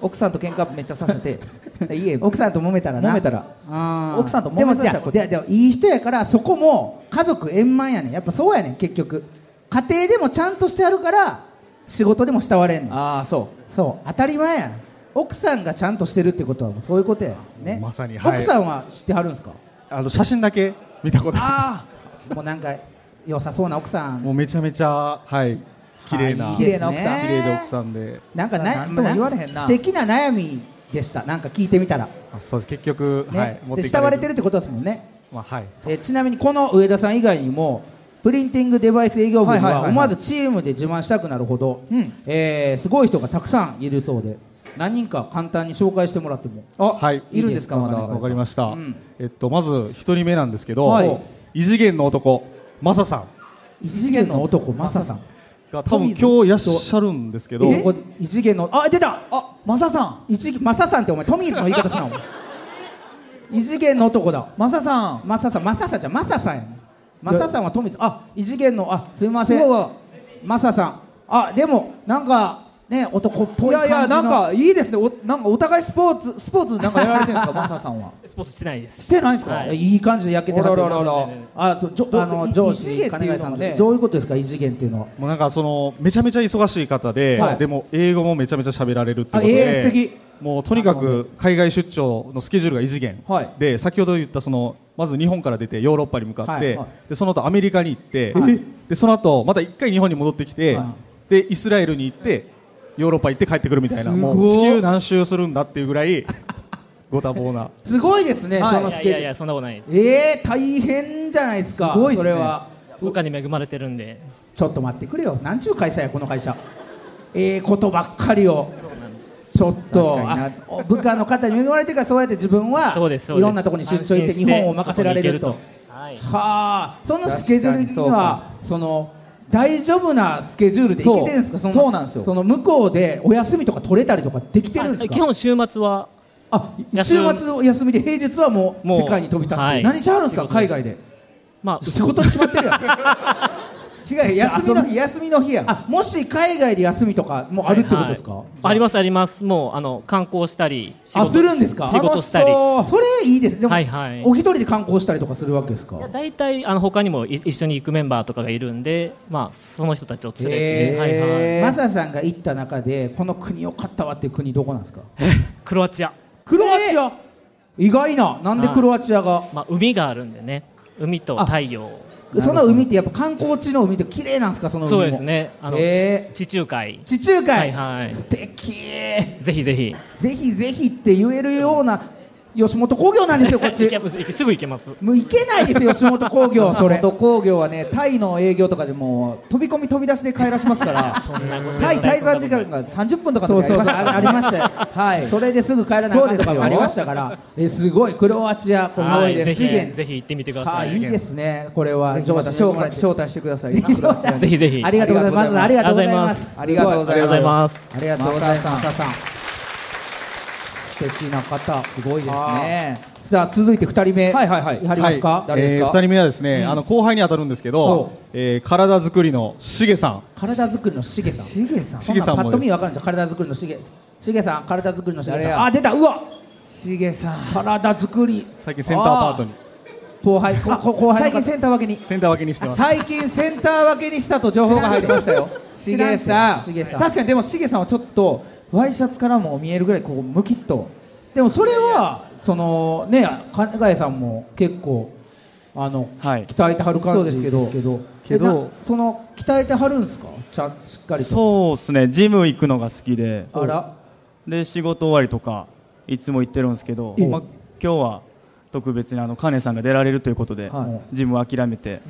D: 奥さんと喧嘩めっちゃさせてで家
C: 奥さんと揉めたらな
D: 揉めたら
C: あー
D: 奥さんと揉め
C: でも
D: させたら
C: いやいやでもいい人やからそこも家族円満やねんやっぱそうやねん結局家庭でもちゃんとしてあるから仕事でも慕われんの
D: ああそ
C: そう当たり前やん奥さんがちゃんとしてるってことはもうそういうことやね
E: まさにはい
C: 奥さんは知ってはるんですか
E: あの写真だけ見たことあ
C: もうなんか良さそうな奥さ
E: り
C: ん
E: もうめちゃめちゃはい綺麗な
C: はい
E: 綺
C: いいで
E: 麗
C: すね
D: 綺麗な奥
E: な奥さんで
C: なんかな
D: なんとも言われへんな
C: 素敵な悩みでしたなんか聞いてみたら、ね
E: あそうです結局はい持って
C: で
E: いか
C: 慕われて
E: る
C: るってことですもんね
E: まあはい
C: えーちなみにこの上田さん以外にもプリンティングデバイス営業部に
D: はいはいは
C: は
D: いはい
C: 思わずチームで自慢したくなるほど、
D: うん
C: えーすごい人がたくさんいるそうで何人か簡単に紹介してもらっても
D: うあ、
E: はい
D: いるんですかまだ
E: わかりました、
C: ん
E: えっとまず一人目なんですけど、
D: はい
E: 異次元の男マサさん
C: 異次元の男マサさん
E: が多分今日いらっしゃるんですけど
C: え異次元のあ出た
D: あマサさん
C: 異次マサさんってお前トミーズの言い方す なお前異次元の男だ
D: マサさん
C: マサさんマサさんじゃんマサさんやねマサさんはトミーズあ異次元のあすいませ
D: うわうんわ
C: マサさんあでもなんかね男っぽ
D: い
C: い感
D: や
C: じの
D: いやなんかいいですねおなんかお互いスポーツスポーツなんかやられてる んですかマサさんは
F: スポーツしてないです
C: してないんですか、
F: はい
C: い、い感じで焼けてはって
D: あらららら
C: あそうじょあの
D: い
C: 上司
D: 異次元っていうのもね
C: 金谷さんとどういうことですか異次元っていうのは
E: もうなんかそのめちゃめちゃ忙しい方で、
D: はい
E: でも英語もめちゃめちゃ喋られるってこと
D: あ
E: で、
D: ええ素敵
E: もうとにかく海外出張のスケジュールが異次元、
D: はい
E: で先ほど言ったそのまず日本から出てヨーロッパに向かって、
D: はいはい
E: でその後アメリカに行って、でその後また一回日本に戻ってきて、
D: は
E: でイスラエルに行ってヨーロッパ行って帰ってくるみたいなもう地球何周するんだっていうぐらい ご多忙な
C: すごいですね、
D: はい
C: そ
F: い
C: のス
F: や
C: ケ
F: い
C: ジュ
F: や
C: ー
F: い
C: ル
F: やそんなことないです
C: えー、大変じゃないですか
D: すごいっ
C: そ
D: すね
C: れは
F: お金恵まれてるんで
C: ちょっと待ってくれよなんちゅう会社やこの会社ええことばっかりをちょっと
D: 確かにな
C: あお部下の方に恵まれてからそうやって自分は
F: そうですそうです
C: いろんなところに出張行って
F: 安心
C: 日本を任せられると
F: そこに行けるとは
C: は
F: い
C: あそのスケジュールにはその大丈夫なスケジュールで
D: そう
C: 行けてるんですかの
D: そうなんですよ
C: その向こうでお休みとか取れたりとかできてるんです
F: あ
C: か
F: 基本週末は
C: あ週
F: 休
C: 末のお休みで平日はもう
F: もう
C: 世界に飛び立って、
F: はい
C: 何しはるんですか
F: 仕事で
C: 海
F: す
C: 外で
F: まあ
C: 仕事に決まってるやん
D: 違う休みの日休みの日や
C: あもし海外で休みとかもあるってことですか、
F: はいありますありますもうあの観光したり仕
C: あ
F: 事
C: するんですか
F: 仕事したりい
C: 楽しそうそれいいですねでも、
F: はいはい
C: お一人で観光したりとかするわけですか
F: や大体あの他にもい一緒に行くメンバーとかがいるんでまあその人たちを連れて、
C: へー
F: はいはい、
C: マサさんが行った中でこの国良かったわっていう国どこなんですか
F: クロアチア、
C: クロアチア、意外ななんでクロアチアが
F: まあ、海があるんでね海と太陽
C: その海ってやっぱ観光地の海って綺麗なんですかその海も
F: そうですねあの、
C: へー
F: ち地中海
C: 地中
F: は
C: 海、
F: いはい
C: 素敵
F: ぜひぜひ
C: ぜひぜひって言えるような吉本興業なんですよこっ
F: 行
C: ち
F: けます行けすぐ行けます
C: もういけないですよ吉本興 業そ
D: そ
C: れ
D: れ元工業はねタイの営業とかでも飛び込み飛び出しで帰らしますから
F: そんなこと
D: タイ
F: ない
D: 滞在時間が30分とか
C: そうそうそう
D: あ
C: ああ
D: り
C: り
D: ま
C: ま
D: し
C: したた
D: よ
C: よ
D: はい
C: それですぐ帰らない
D: そう
C: かん
D: ですよ
C: とかもありましたからえすごいクロアチアこの
F: は
C: 上
F: い、
C: で
F: ぜひ
C: 資源
F: ぜひ行ってみてくだ
C: は
F: さ
C: あ
F: い
C: いいですねこれは
D: ぜひまた
C: 上司に呼
D: 招
C: ばれ
D: 待
C: て
D: 招待してください
F: ぜひぜひ
C: ありがとうございますまずありがとうございます
D: ありがとうございます
F: ありがとうござ
C: マ
D: ありがとうございま
F: います
C: サ
D: す
C: さんマサさん素敵な方すごいですね
D: ね
C: じゃあ続いて二人目
D: はいはいはい
C: やりますか、
E: はい
D: 誰ですか
E: えー二人目はですね、あの後輩に当たるんですけ
C: ほ
E: ど、えー体作りのしげさん
C: 体作りのしげさん
D: しげさん
E: しげさんも
C: パッと見わかるんじゃん体作りのしげしげさん体作りのしげ
D: 誰
C: さ
D: や
C: んあ出たうわ
D: しげさん
C: 体作り
E: 最近センターパートに
C: 後輩ここ後輩
D: 最
C: の
D: 近
C: 方
D: センター分けに
E: センター分けにしてます
D: 最近センター分けにしたと情報が入りましたよし
C: 知ら
D: げ
C: んて
D: さん
C: しげさん
D: 確かにでもしげさんはちょっとワイシャツからも見えるぐらいこうムキッと
C: でもそれはそのね金谷さんも結構あの、
G: はい
C: 鍛えてはる感じですけど
G: けど
C: えなその鍛えてはるんですかちゃんしっかりと
G: そうですねジム行くのが好きで
C: あら
G: で仕事終わりとかいつも行ってるんですけど、
C: え
G: まあ、今日は特別にあのカネさんが出られるということで、
C: は
G: ジムを諦め て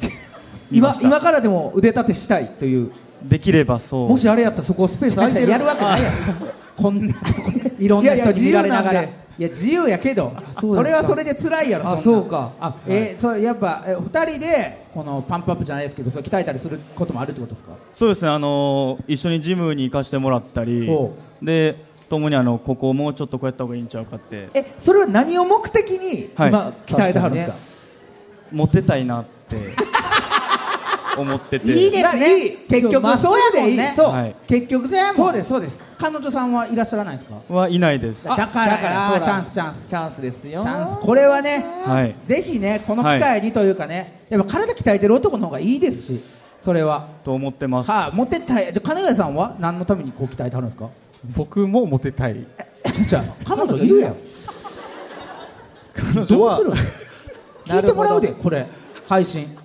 G: 見ま
D: 今
G: した
D: 今からでも腕立てしたいという
G: できればそう
D: もしあれやったらそこスペース空いてる
C: やるわけないやんこんなとこでいろんな人に見られながら
D: いやいや自由なん
C: いや自
D: で
C: 由やけどそれはそれで辛いやろ
D: あ
C: んな
D: そうか
C: あ、えーそうやっぱえ2人でこのパンプアップじゃないですけどそれ鍛えたりすることもあるってことですか
H: そうですね、あのー一緒にジムに行かしてもらったり
C: ほ
H: で共にあのここをもうちょっとこうやった方がいいんちゃうかって
C: えそれは何を目的に
H: はい
C: 今鍛えてはるんですか
H: モテたいなって 思ってて
C: いいですね結局
D: まあ
C: そうや
D: そう
C: で
D: やもん
C: いい
D: ね
C: そう、
H: はい
C: 結局そうやもん
D: そうですそうです
C: 彼女さんはいらっしゃらないんですか
H: はいないです
C: だから
D: だからそうだ
C: チャンスチャンス
D: チャンスですよ
C: チャンスこれはね、
H: はい
C: ぜひねこの機会にというかね、やっぱ体鍛えてる男の方がいいですしそれは
H: と思ってます
C: はい、モテたいじゃあ金谷さんは何のためにこう鍛えてはるんですか
E: 僕もモテたい
C: じゃあ彼女いるやん
E: 彼女
C: どう
E: は
C: する 聞いてもらうでこれ配信
E: 危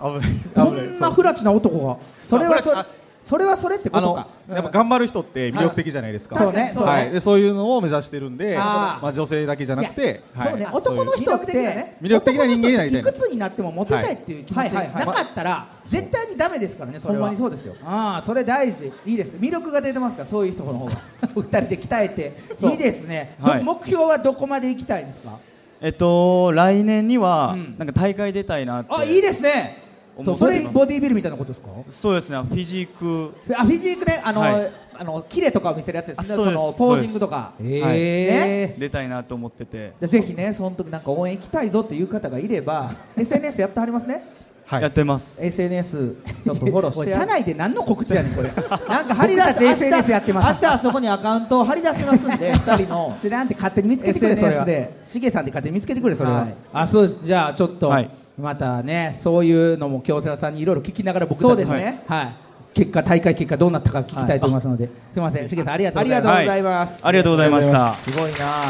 C: こ
E: ない危
C: ん
E: な
C: ない不らちな男がそれはそれ
E: あ
C: それはそれってこ
E: あ
C: と
E: の
C: か
E: やっぱ頑張る人って魅力的じゃないですか、
C: はいそうねそうね
E: はい、でそういうのを目指してるんで、
C: あー
E: まあ、女性だけじゃなくて、はい、
C: そうね、
E: い
C: 男の人って
E: 魅力的な人間になりたい
C: 男の人っていくつになってもモテたいっていう気持ち
D: はいはいはいは
C: ないかったら絶対にダメですからねそれは
D: ほんまにそうですよ
C: ああそれ大事いいです魅力が出てますからそういう人の 方が二人で鍛えて
D: そう
C: いいですね、
H: はい
C: ど目標はどこまで行きたいんですか
H: えっと来年には、
C: うん
H: なんか大会出たいなって
C: あいいですね
H: 思
C: そう
H: ってます
C: それボディービルみたいなことですか
H: そうですねフィジーク
C: あフィジークねあの、
H: はい
C: あのキレとかを見せるやつです
H: あ
C: ね
H: そうです
C: のポージングとか
H: そうです
C: え
H: 出たいなと思ってて、
C: ーぜひねその時なんか応援行きたいぞっていう方がいれば SNS やってはりますね
E: はい
H: やってます、
C: SNS ちょっとフォロ ーし
D: おい
C: て
D: 社
C: 内で何の告知やね んこれなんか
D: 張
C: 張
D: り
C: り
D: 出
C: 出
D: し
C: して SNS やってます
D: 明日あそこにアカウントを張り出します んで二人の
C: 知らんって勝手に見つけてくれ
D: SNS
C: で
D: で
C: しげさんで勝手に見つけてくれそれは、
D: はい
C: あそうですじゃあちょっと、
H: はい
C: またねそういうのも京セラさんにいろいろ聞きながら僕たちも
D: そうですね
C: はい結果大会結果どうなったか聞きたいと思いますので、すいませんしげさんありがとうございます
H: ありがとうござい
C: ます
H: ありがとうございました
C: すごいなあ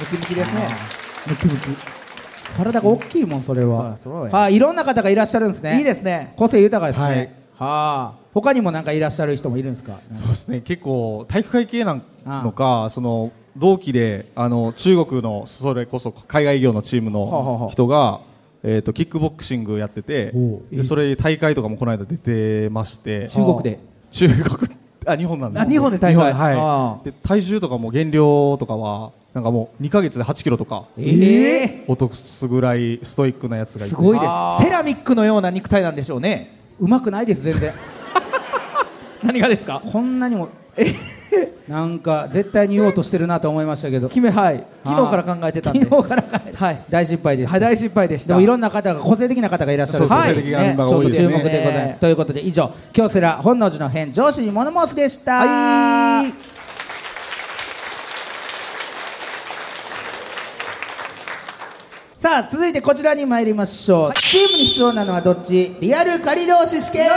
C: ムキムキですねムキムキ体が大きいもんそれは
D: そうだそうだ
C: はいいろんな方がいらっしゃるんですね
D: いいですね
C: 個性豊かですね、は
E: はいい、
C: 他にもなんかいらっしゃる人もいるんですか
E: そうですね結構体育会系なのかその同期であの中国のそれこそ海外業のチーム
C: はあはあは
E: の
C: あ
E: 人が、えー、とキックボクシングやってて
C: おう
E: でそれ大会とかもこの間出てまして
C: 中国で
E: 中国あ日本なんです
C: あ日本で大会
E: 日本
C: あ
E: はいで体重とかも減量とかはなんかもう2か月で8キロとか
C: ええ
E: 落とすぐらいストイックなやつがいて
C: すごいで
D: あ
C: す
D: ー
C: セラミックのような肉体なんでしょうねうまくないです 全然
D: 何がですか
C: こんなにもなんか絶対に言おうとしてるなと思いましたけど決めはい
D: 昨日から考えてたんで
C: 昨日から考えてはい大失敗です、
D: はい大失敗でした
C: でもいろんな方が個性的な方がいらっしゃる
E: そう
C: はい
E: 個性的なメンバー
C: ち
E: が
C: ょっ
E: 多
C: と
E: いです
C: 注
E: ね
C: 目でございます、
D: ね
C: ということで以上京セラ本能寺の変上司に物申すでした、
D: はい
C: さあ続いてこちらに参りましょう、チームに必要なのはどっちリアル仮同士試験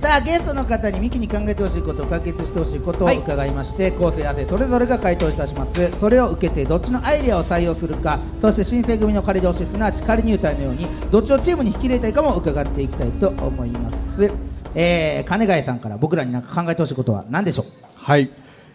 C: さあゲストの方にミキに考えてほしいこと解決してほしいことを
D: はい
C: 伺いまして、構成合わせそれぞれが回答いたしますそれを受けてどっちのアイデアを採用するかそして新生組の仮同士すなわち仮入隊のようにどっちをチームに引き入れたいかも伺っていきたいと思います、えー、金貝さんから僕らになんか考えてほしいことは何でしょう
E: はい、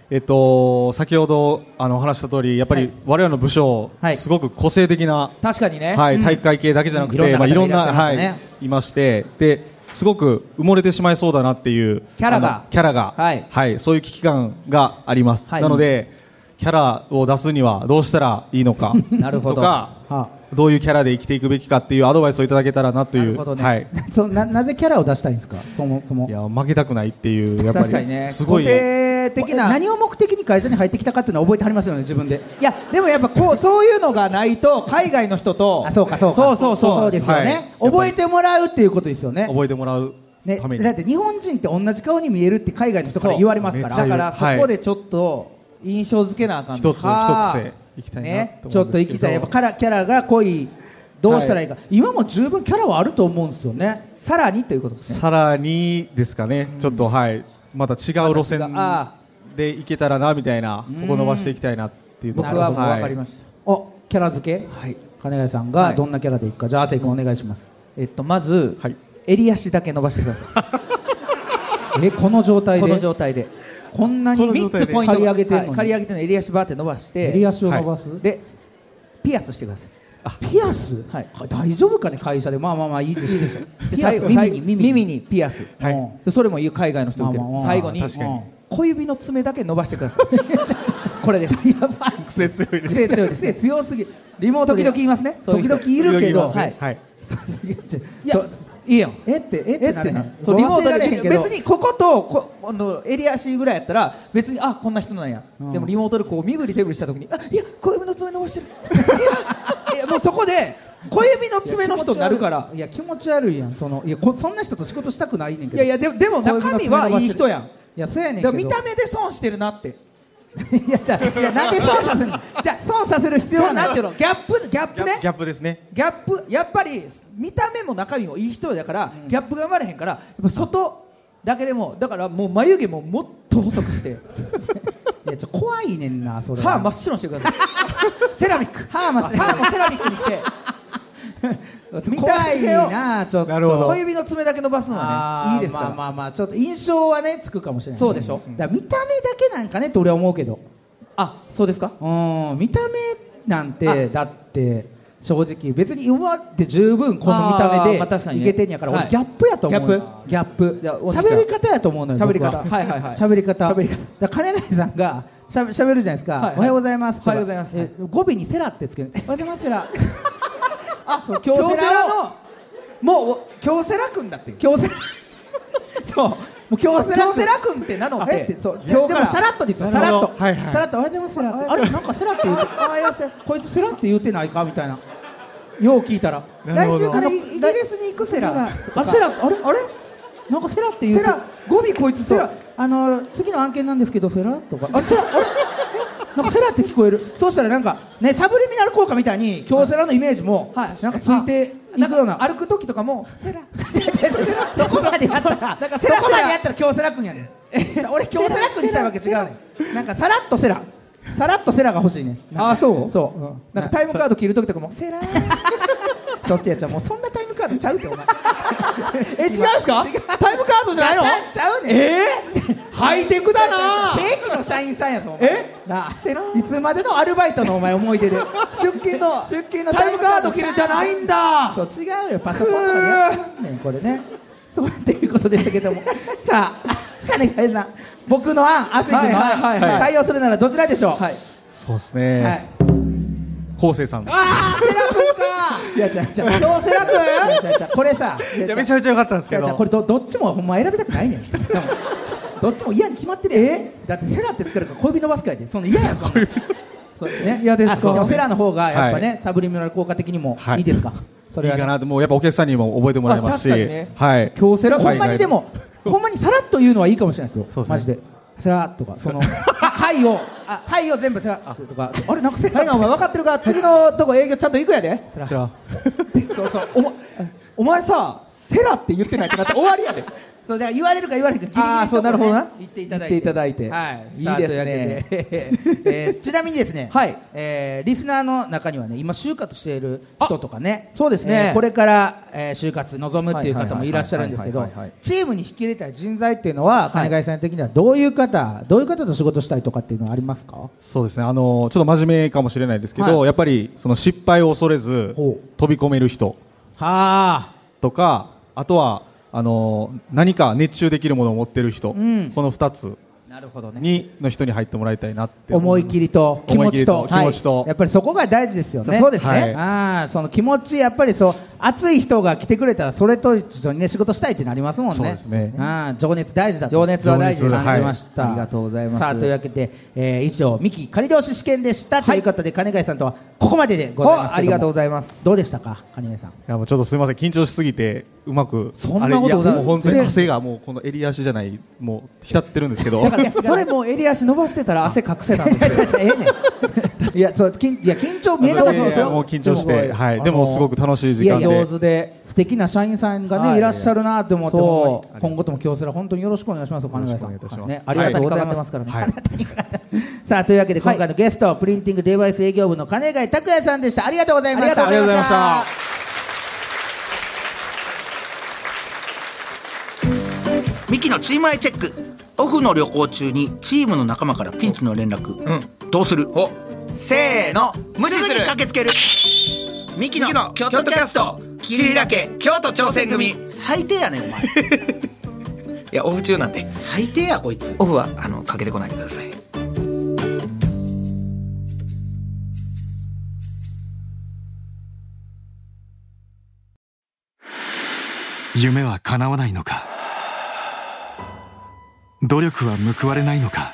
E: えっと、先ほどあのお話しした通り、やっぱり我々の部署、
C: はい
E: すごく個性的な、
C: 確かにね
E: はい、体育会系だけじゃなく
C: うんいろんな
E: て、
C: 方
E: まあ、いろん
C: いらっしゃい
E: な、
C: まし
E: は
C: たね
E: い、いまして、で、すごく埋もれてしまいそうだなっていう
C: キャラが
E: あのキャラが、
C: はい
E: そういう危機感があります。
C: はい
E: なので、キャラを出すにはどうしたらいいのか
C: なるほど
E: とか、
C: は
E: どういうキャラで生きていくべきかっていうアドバイスをいただけたらなと
C: ないる
E: う、
C: ほどね、
E: はい、
C: そななぜキャラを出したいんですかそもそも
E: いや負けたくないっていうやっぱ
C: 確かに
E: り
C: ね
E: すごい、
C: 個性的な
D: これ
C: 何を目的に会社に入ってきたかっていうのは覚えてはりますよね自分で
D: いやでもやっぱ こうそういうのがないと海外の人と
C: あそうかそうか
D: そうそうそう
C: ですよ
E: はい
C: ね、覚えてもらうっていうことですよね
E: 覚えてもらう
C: ね、
E: ために、
C: だって日本人って同じ顔に見えるって海外の人から言われますから
E: そう
D: だ
E: めっ
D: か
E: ちゃ
D: らそこでちょっと印象付けなあかん
E: 一つ一
C: はあ
E: 癖いきたいな
C: ね
E: と思うんですけど、
C: ちょっと行きたいやっぱカラキャラが濃いどうしたらいいか、今も十分キャラはあると思うんですよねさらにということですね
E: さらにですかね、ちょっとはいまた違う路線
D: あ
E: で行けたらなみたいなここ伸ばしていきたいなっていうの
D: 僕
E: が
D: はもう
E: い
D: 分かりました、
C: おキャラ付け、金谷さんがどんなキャラでいくか、じゃあ亜生君お願いします、
D: えっとまず、
E: はい
D: 襟足だけ伸ばしてくださ
C: えこの状態
D: い
C: で
D: この状態で
C: こんなに
E: この状態で
C: 三つポイント
D: 刈
C: 刈り
D: り
C: 上
D: 上
C: げてるの
D: げてるの
C: に、
D: に、刈り上げてるの襟足バーって伸ばして
C: 襟足を伸ばす、
D: でピアスしてください
C: ピアス、
D: はい
C: 大丈夫かね会社でまあまあまあいいです けど
D: で
C: ピアス
D: 最後
C: 耳
D: 最後
C: に
D: 耳にピアス、
E: はい
D: うんでそれも言う海外の人受ける
C: まあまあまあ
D: 最後に
E: 確かに
D: うん小指の爪だけ伸ばしてくださいちょちょ これですやばい
E: 癖強いです
D: 癖強いですね強すぎリモート
C: 時々いますね
D: 時々いるけど
E: 時々いますねはい
D: いやいいよ
C: えってえっ
D: え
C: て
D: っ
C: な
D: て
C: るな
D: ねそうリモート
C: 忘れら
D: で
C: れへんけど
D: 別にこことこあのエリア C ぐらいやったら別にあこんな人なんや、でもリモートでこう身振り手振りした時にあいや小指の爪伸ばして るいやいやもうそこで小指の爪の人になるから
C: いや気持ち悪いやんそのいやこそんな人と仕事したくないねんけど
D: いやいやでもでも中身はいい人やん
C: いやそうやねんけ
D: だから
C: ど
D: 見た目で損してるなって
C: いやじゃあいやなんで損させるのじゃあ損させる必要
D: そう
C: はな
D: なん
C: い
D: ていうのギャップギャッ
E: ギ
D: プ
E: ャ
D: ね
E: ギャップですね
D: ギャップやっぱり見た目も中身もいい人だから、ギャップが生まれへんからやっぱ外だけでもだからもう眉毛ももっと 細くして
C: いやちょ怖いねんなそれ
D: 歯真っ
C: 白
D: 白にしてくださいセラミック
C: 歯真っ白
D: 歯もセラミックにして
C: 怖いなちょっと
E: なるほど
D: 小指の爪だけ伸ばすのは
C: あー
D: ねいいですから、
C: まあまあまあちょっと印象はねつくかもしれないね
D: そうでしょ
C: だから見た目だけなんかねと俺は思うけど
D: あそうですか
C: うん見た目なんて
D: あ
C: だって正直別に今って十分この見た目
D: あーまあ確か
C: で
D: に
C: い
D: ね
C: けてんやから
D: は
C: 俺
D: い
C: ギャップやと思う
D: ギャッ
C: プギャップ
D: じゃあお兄ちゃん
C: 喋り方やと思うのよ
D: 喋り方
C: 僕
D: はいはいはい
C: 喋り方
D: 喋り
C: だ
D: 方
C: から金谷さんがしゃべ喋るじゃないですか、
D: はいはい
C: おはようございますとか
D: おはようございます
C: え語尾にセラってつけるおはようございますセラ あそう
D: 京
C: 京
D: セ
C: セ
D: ラ
C: ラ
D: の
C: の
D: もう京セラ君だって
C: 京セラそうもう京セラ
D: 京セラ君って名乗っ
C: えっててそうで
D: 今
C: も
D: 日
C: さ
D: から
C: らっとですよ
E: な
C: さ
E: る
C: ら
E: ほ
C: っ
E: ど
C: と
E: はいはい
C: さらっとおはようございますセラってあれなんかセラって言うてあいやせこいつセラって言うてないかみたいなよう聞いたら
E: なるほ
C: 来
E: ど
C: 週からイ
D: イ
C: イ
D: ギ
C: ギ
D: リ
C: リ
D: ス
C: ス
D: に
C: に
D: 行
C: 行
D: く
C: く
D: セ
C: セ
D: ラ
C: ラあれセラあれあれなんかセラって言うて
D: セラ
C: 語尾こいつ
D: セ
C: セ
D: ラ
C: ラあの次の案件なんですけどセラとかあれセラあれなんかセラって聞こえるそうしたらなんかねサブリミナル効果みたいに京セラのイメージも
D: は
C: ないんかついていくような
D: 歩く時とかもセラ
C: どこまでやったら、
D: なんか
C: セ
D: セラ
C: ラ
D: セラ
C: セラやったら京セラ君やねん。じゃあ俺京セラ君にしたいわけ違うねん。なんかさらっとセラ、さらっとセラが欲しいねん。
D: あーそう
C: そう。
D: なんかタイムカード切る時とかもセラ
C: ちょっとやっちゃうもうそんなタイムカードちゃうってお前。
D: え違うんすかタイムカードじゃないの
C: ちゃうねん。
D: ハイテクだな
C: 正規の社員さんやぞ。お前
D: え
C: なあ
D: セラ
C: いつまでのアルバイトのお前思い出で出勤の
D: 出勤のタイムカード切るじゃないんだ
C: と違うよパソコンとかでやってんねんこれねそうっていうことでしたけどもさあ金がえさん僕の案アスリートの案、
D: はいはいはいはい
C: 採用するならどちらでしょうはい、
E: そうです
C: は
E: ね
C: い、
E: 昴生さん
C: ああセラ君かいやじゃじゃ今日セラ君いやじゃこれさ
E: いやめちゃめちゃ良かったんです
C: じ
E: け
C: ゃ
E: ど
C: じゃこれどどっちもほんま選びたくないねんどっちも嫌に決まってるやんだってセラってつけるから小指伸ばすからやでそんな嫌やんかそうね
D: 嫌ですか
C: あそうもセラの方がやっぱね、
E: は
C: サブリミナル効果的にも
E: はい
C: いいですか、そ
E: そ
C: れ
E: れ
C: は、
E: いい
C: ね
E: か、なでもやっぱお客さんにも覚えてもらいますし、
D: あ確かにね
E: はい
C: 京セラほ
E: 海
C: ん
E: 外
C: まにでもほんまにさらっと言うのはいいかもしれないです
E: そう
C: よ
E: ですね
C: マジでセラとか そのはいをあはいを全部セラとかあれなんかセラがお前分かって るから次のとこ営業ちゃんと行くやでセラ
E: じゃあ
C: そうそうお前お前さセラって言ってないってなって終わりやで そうだから言われるか言われるかギリギリ
D: あーそうなるほどな
C: 言っていただいて
D: 言っていただいて
C: はい
D: いいですね
C: すね、えーちなみにです ねはい、えーリスナーの中にはね今就活している人とかね
D: そうですね
C: えーこれから、えー就活望むっていう方も
D: はいはいはいはい
C: いらっしゃるんですけ
D: は
C: ど
D: いはいはいはい
C: チームに引き入れたい人材っていうのは金貝さん的にはどういう方、どういう方と仕事したいとかっていうのはありますか
E: そうですねあのちょっと真面目かもしれないですけど、
C: は
E: やっぱりその失敗を恐れず
C: ほ
E: 飛び込める人
C: はあ
E: とかあとはあの何か熱中できるものを持ってる人、
C: ん
E: この2つ
C: なるほど
E: にの人に入ってもらいたいなって
C: 思い切りと気
E: 思
C: 持
E: い切
C: ち
E: り
C: と
E: と
C: はい
E: 気持ちと
C: やっぱりそこが大事ですよね
D: そうそうです
E: ねはい
C: ああその気持ちやっぱりそう熱い人が来てくれたらそれと一緒にね仕事したいってなりますもんね
E: そうですね
C: ああ情熱大事だと
D: 情熱は大事です
C: 情熱感じました、
D: はいありがとうございます
C: さあというわけで、えー以上ミキ仮同士試験でした、ということで金貝さんとはここまででございますけども
D: おありがとうございます
C: どうでしたか金貝さん
E: いやもうちょっとすみません緊張しすぎてうまく
C: そんな
E: あれ
C: ことございません
E: やもう本当に汗がもうこの襟足じゃないもう浸ってるんですけど
D: だからそれもう襟足伸ばしてたら汗隠せたん
C: い
D: で
C: や
D: す
C: 違う
D: よ
C: 違うええねん いやそう緊いや緊張見えなかった
E: い
C: そう
E: やい
C: です
E: や
C: よ
E: もう緊張し
D: でもこれ
E: てはいで
D: あの
E: もすごく楽しい時間
C: いや
E: で
C: 上
D: 上手で
C: 素敵な社員さんがね、
D: はい
C: い、らっしゃるなと思って、
D: そ
C: ほんま
D: う
C: に今後とも京セラ本当によろしくお願いします金貝さん
E: よろしくお願いいたします
C: ね、ありがとうございますからね、
E: はい
C: さあというわけで今回のゲスト、プリンティングデバイス営業部の金貝拓也さんでしたありがとうございました
D: ありがとうございました
C: ありがとうございまし
B: ミキのチームアイチェックオフの旅行中にチームの仲間からピンチの連絡、
I: うん
B: どうする
I: おせーの無視
B: す
I: す
B: ぐに
I: る
B: 駆けつけるミキ
I: ミキの
B: の京都キャスト
I: 桐平家京都挑戦組
B: 最低やねんお 前
I: いやオフ中なんで
B: 最低やこいつ
I: オフはあのかけてこないでください
J: 夢は叶わないのか努力は報われないのか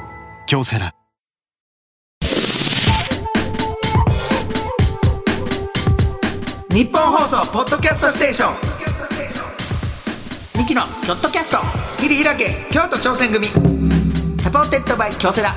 J: 京セラ
B: 日本放送ポッドキャストステーションミキのキョットキャスト
I: 切り開け京都挑戦組
B: サポーテッドバイ京セラ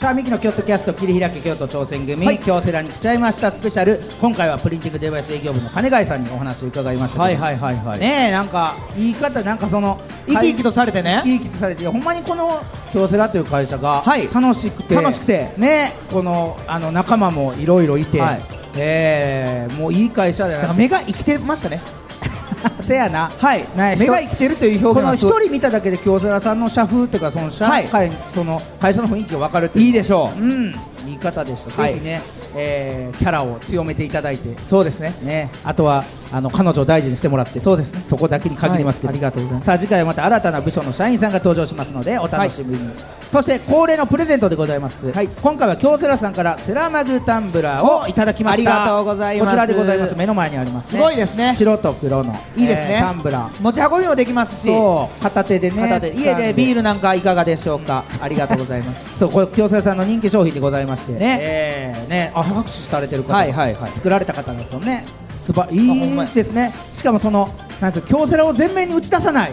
C: さあミキの京都キャスト切り開け京都挑戦組、京セラに来ちゃいましたスペシャル今回はプリンティングデバイス営業部の金貝さんにお話を伺いましたけど
D: はいはいはいはい
C: ねえなんか言い方なんかその
D: 生き生きとされてね
C: 生き生きとされてほんまにこの京セラという会社が楽しくて、
D: 楽しくて
C: ねえこのあの仲間もいろいろいて、
D: はい
C: ええもういい会社だな
D: 目が生きてましたね
C: せやな
D: はい
C: ね
D: 目が生きてるという
C: こ
D: 表現
C: の
D: は
C: 一人見ただけで京セラさんの社風というかその社会、その会社の雰囲気が分かるっていう
D: いいでしょう
C: うん、言い方でした、
D: はい
C: ぜひね、えーキャラを強めていただいて、
D: そうですね
C: ね、あとはあの彼女を大事にしてもらって、そうですね、そこだけに限りますけど、
D: はいありがとうございます
C: さあ、次回はまた新たな部署の社員さんが登場しますので、お楽しみに、そして恒例のプレゼントでございます、今回は京セラさんからセラマグタンブラーをいただきました、
D: ありがとうございます
C: こちらでございます、目の前にありますね、
D: すごいですね
C: 白と黒の、
D: いいです
C: え
D: ね
C: ータンブラー。
D: 持ち運びもできますし
C: そう片手でね
D: 片手家でビールなんかいかがでしょうか ありがとうございます
C: そうこれ京セラさんの人気商品でございまして
D: ね
C: えーねあ拍手されてる方、
D: はいはいはい
C: 作られた方なんですよねすばい
D: あほんま
C: い
D: や
C: ですねしかもそのなんですか京セラを全面に打ち出さない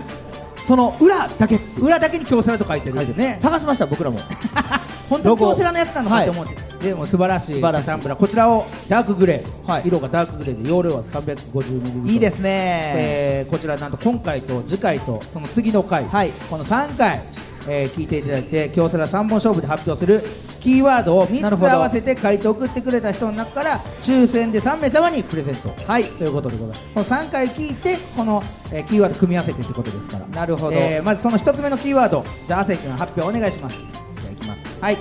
C: その裏だけ裏だけに京セラと書いてるね
D: 探しました僕らも
C: 本当に京セラのやつなのかと思って、でも素晴らしい
D: 素晴らしい
C: タンブラーこちらをダークグレー、色がダークグレーで容量は 350ml
D: いいです
C: えーこちらなんと今回と次回とその次の回、この3回、えー聞いていただいて京セラ3本勝負で発表するキーワードを
D: なる
C: 3
D: ほ
C: つ
D: ど
C: 合わせて回答を送ってくれた人の中から抽選で3名様にプレゼント、ということでございますこの3回聞いてこの、えーキーワード組み合わせてってことですから
D: なるほど
C: えーまずその1つ目のキーワードじゃあ亜生君発表お願いしますじゃあいきますはい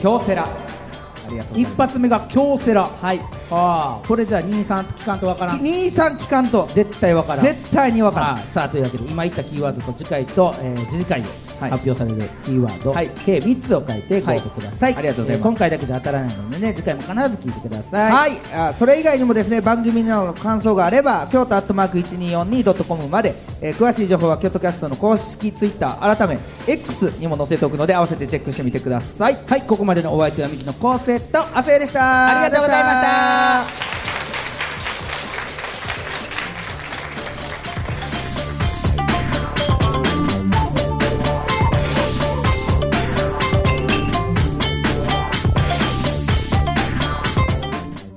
C: 京セラ
D: ありがと
C: 一発目が京セラはいああこれじゃあ23聞かんとわからん23聞かんと絶対わからん絶対にわからんさあというわけで今言ったキーワードと次回と、えー次回で発表されるキーワード、計3つを書いてご応募ください、
D: はいありがとうございます
C: 今回だけじゃ当たらないのでね次回も必ず聞いてください
D: はい、あそれ以外にもですね番組などの感想があれば京都アットマーク 1242.com まで、えー詳しい情報は京都キャストの公式ツイッター改め X にも載せておくので合わせてチェックしてみてくださいはいここまでのお相手はミキのコーセット亜生でした
C: ありがとうございました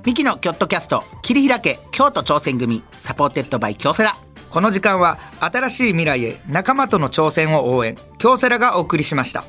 B: ミキのキョットキャスト切り開け京都挑戦組サポーテッドバイ京セラ
I: この時間は新しい未来へ仲間との挑戦を応援京セラがお送りしました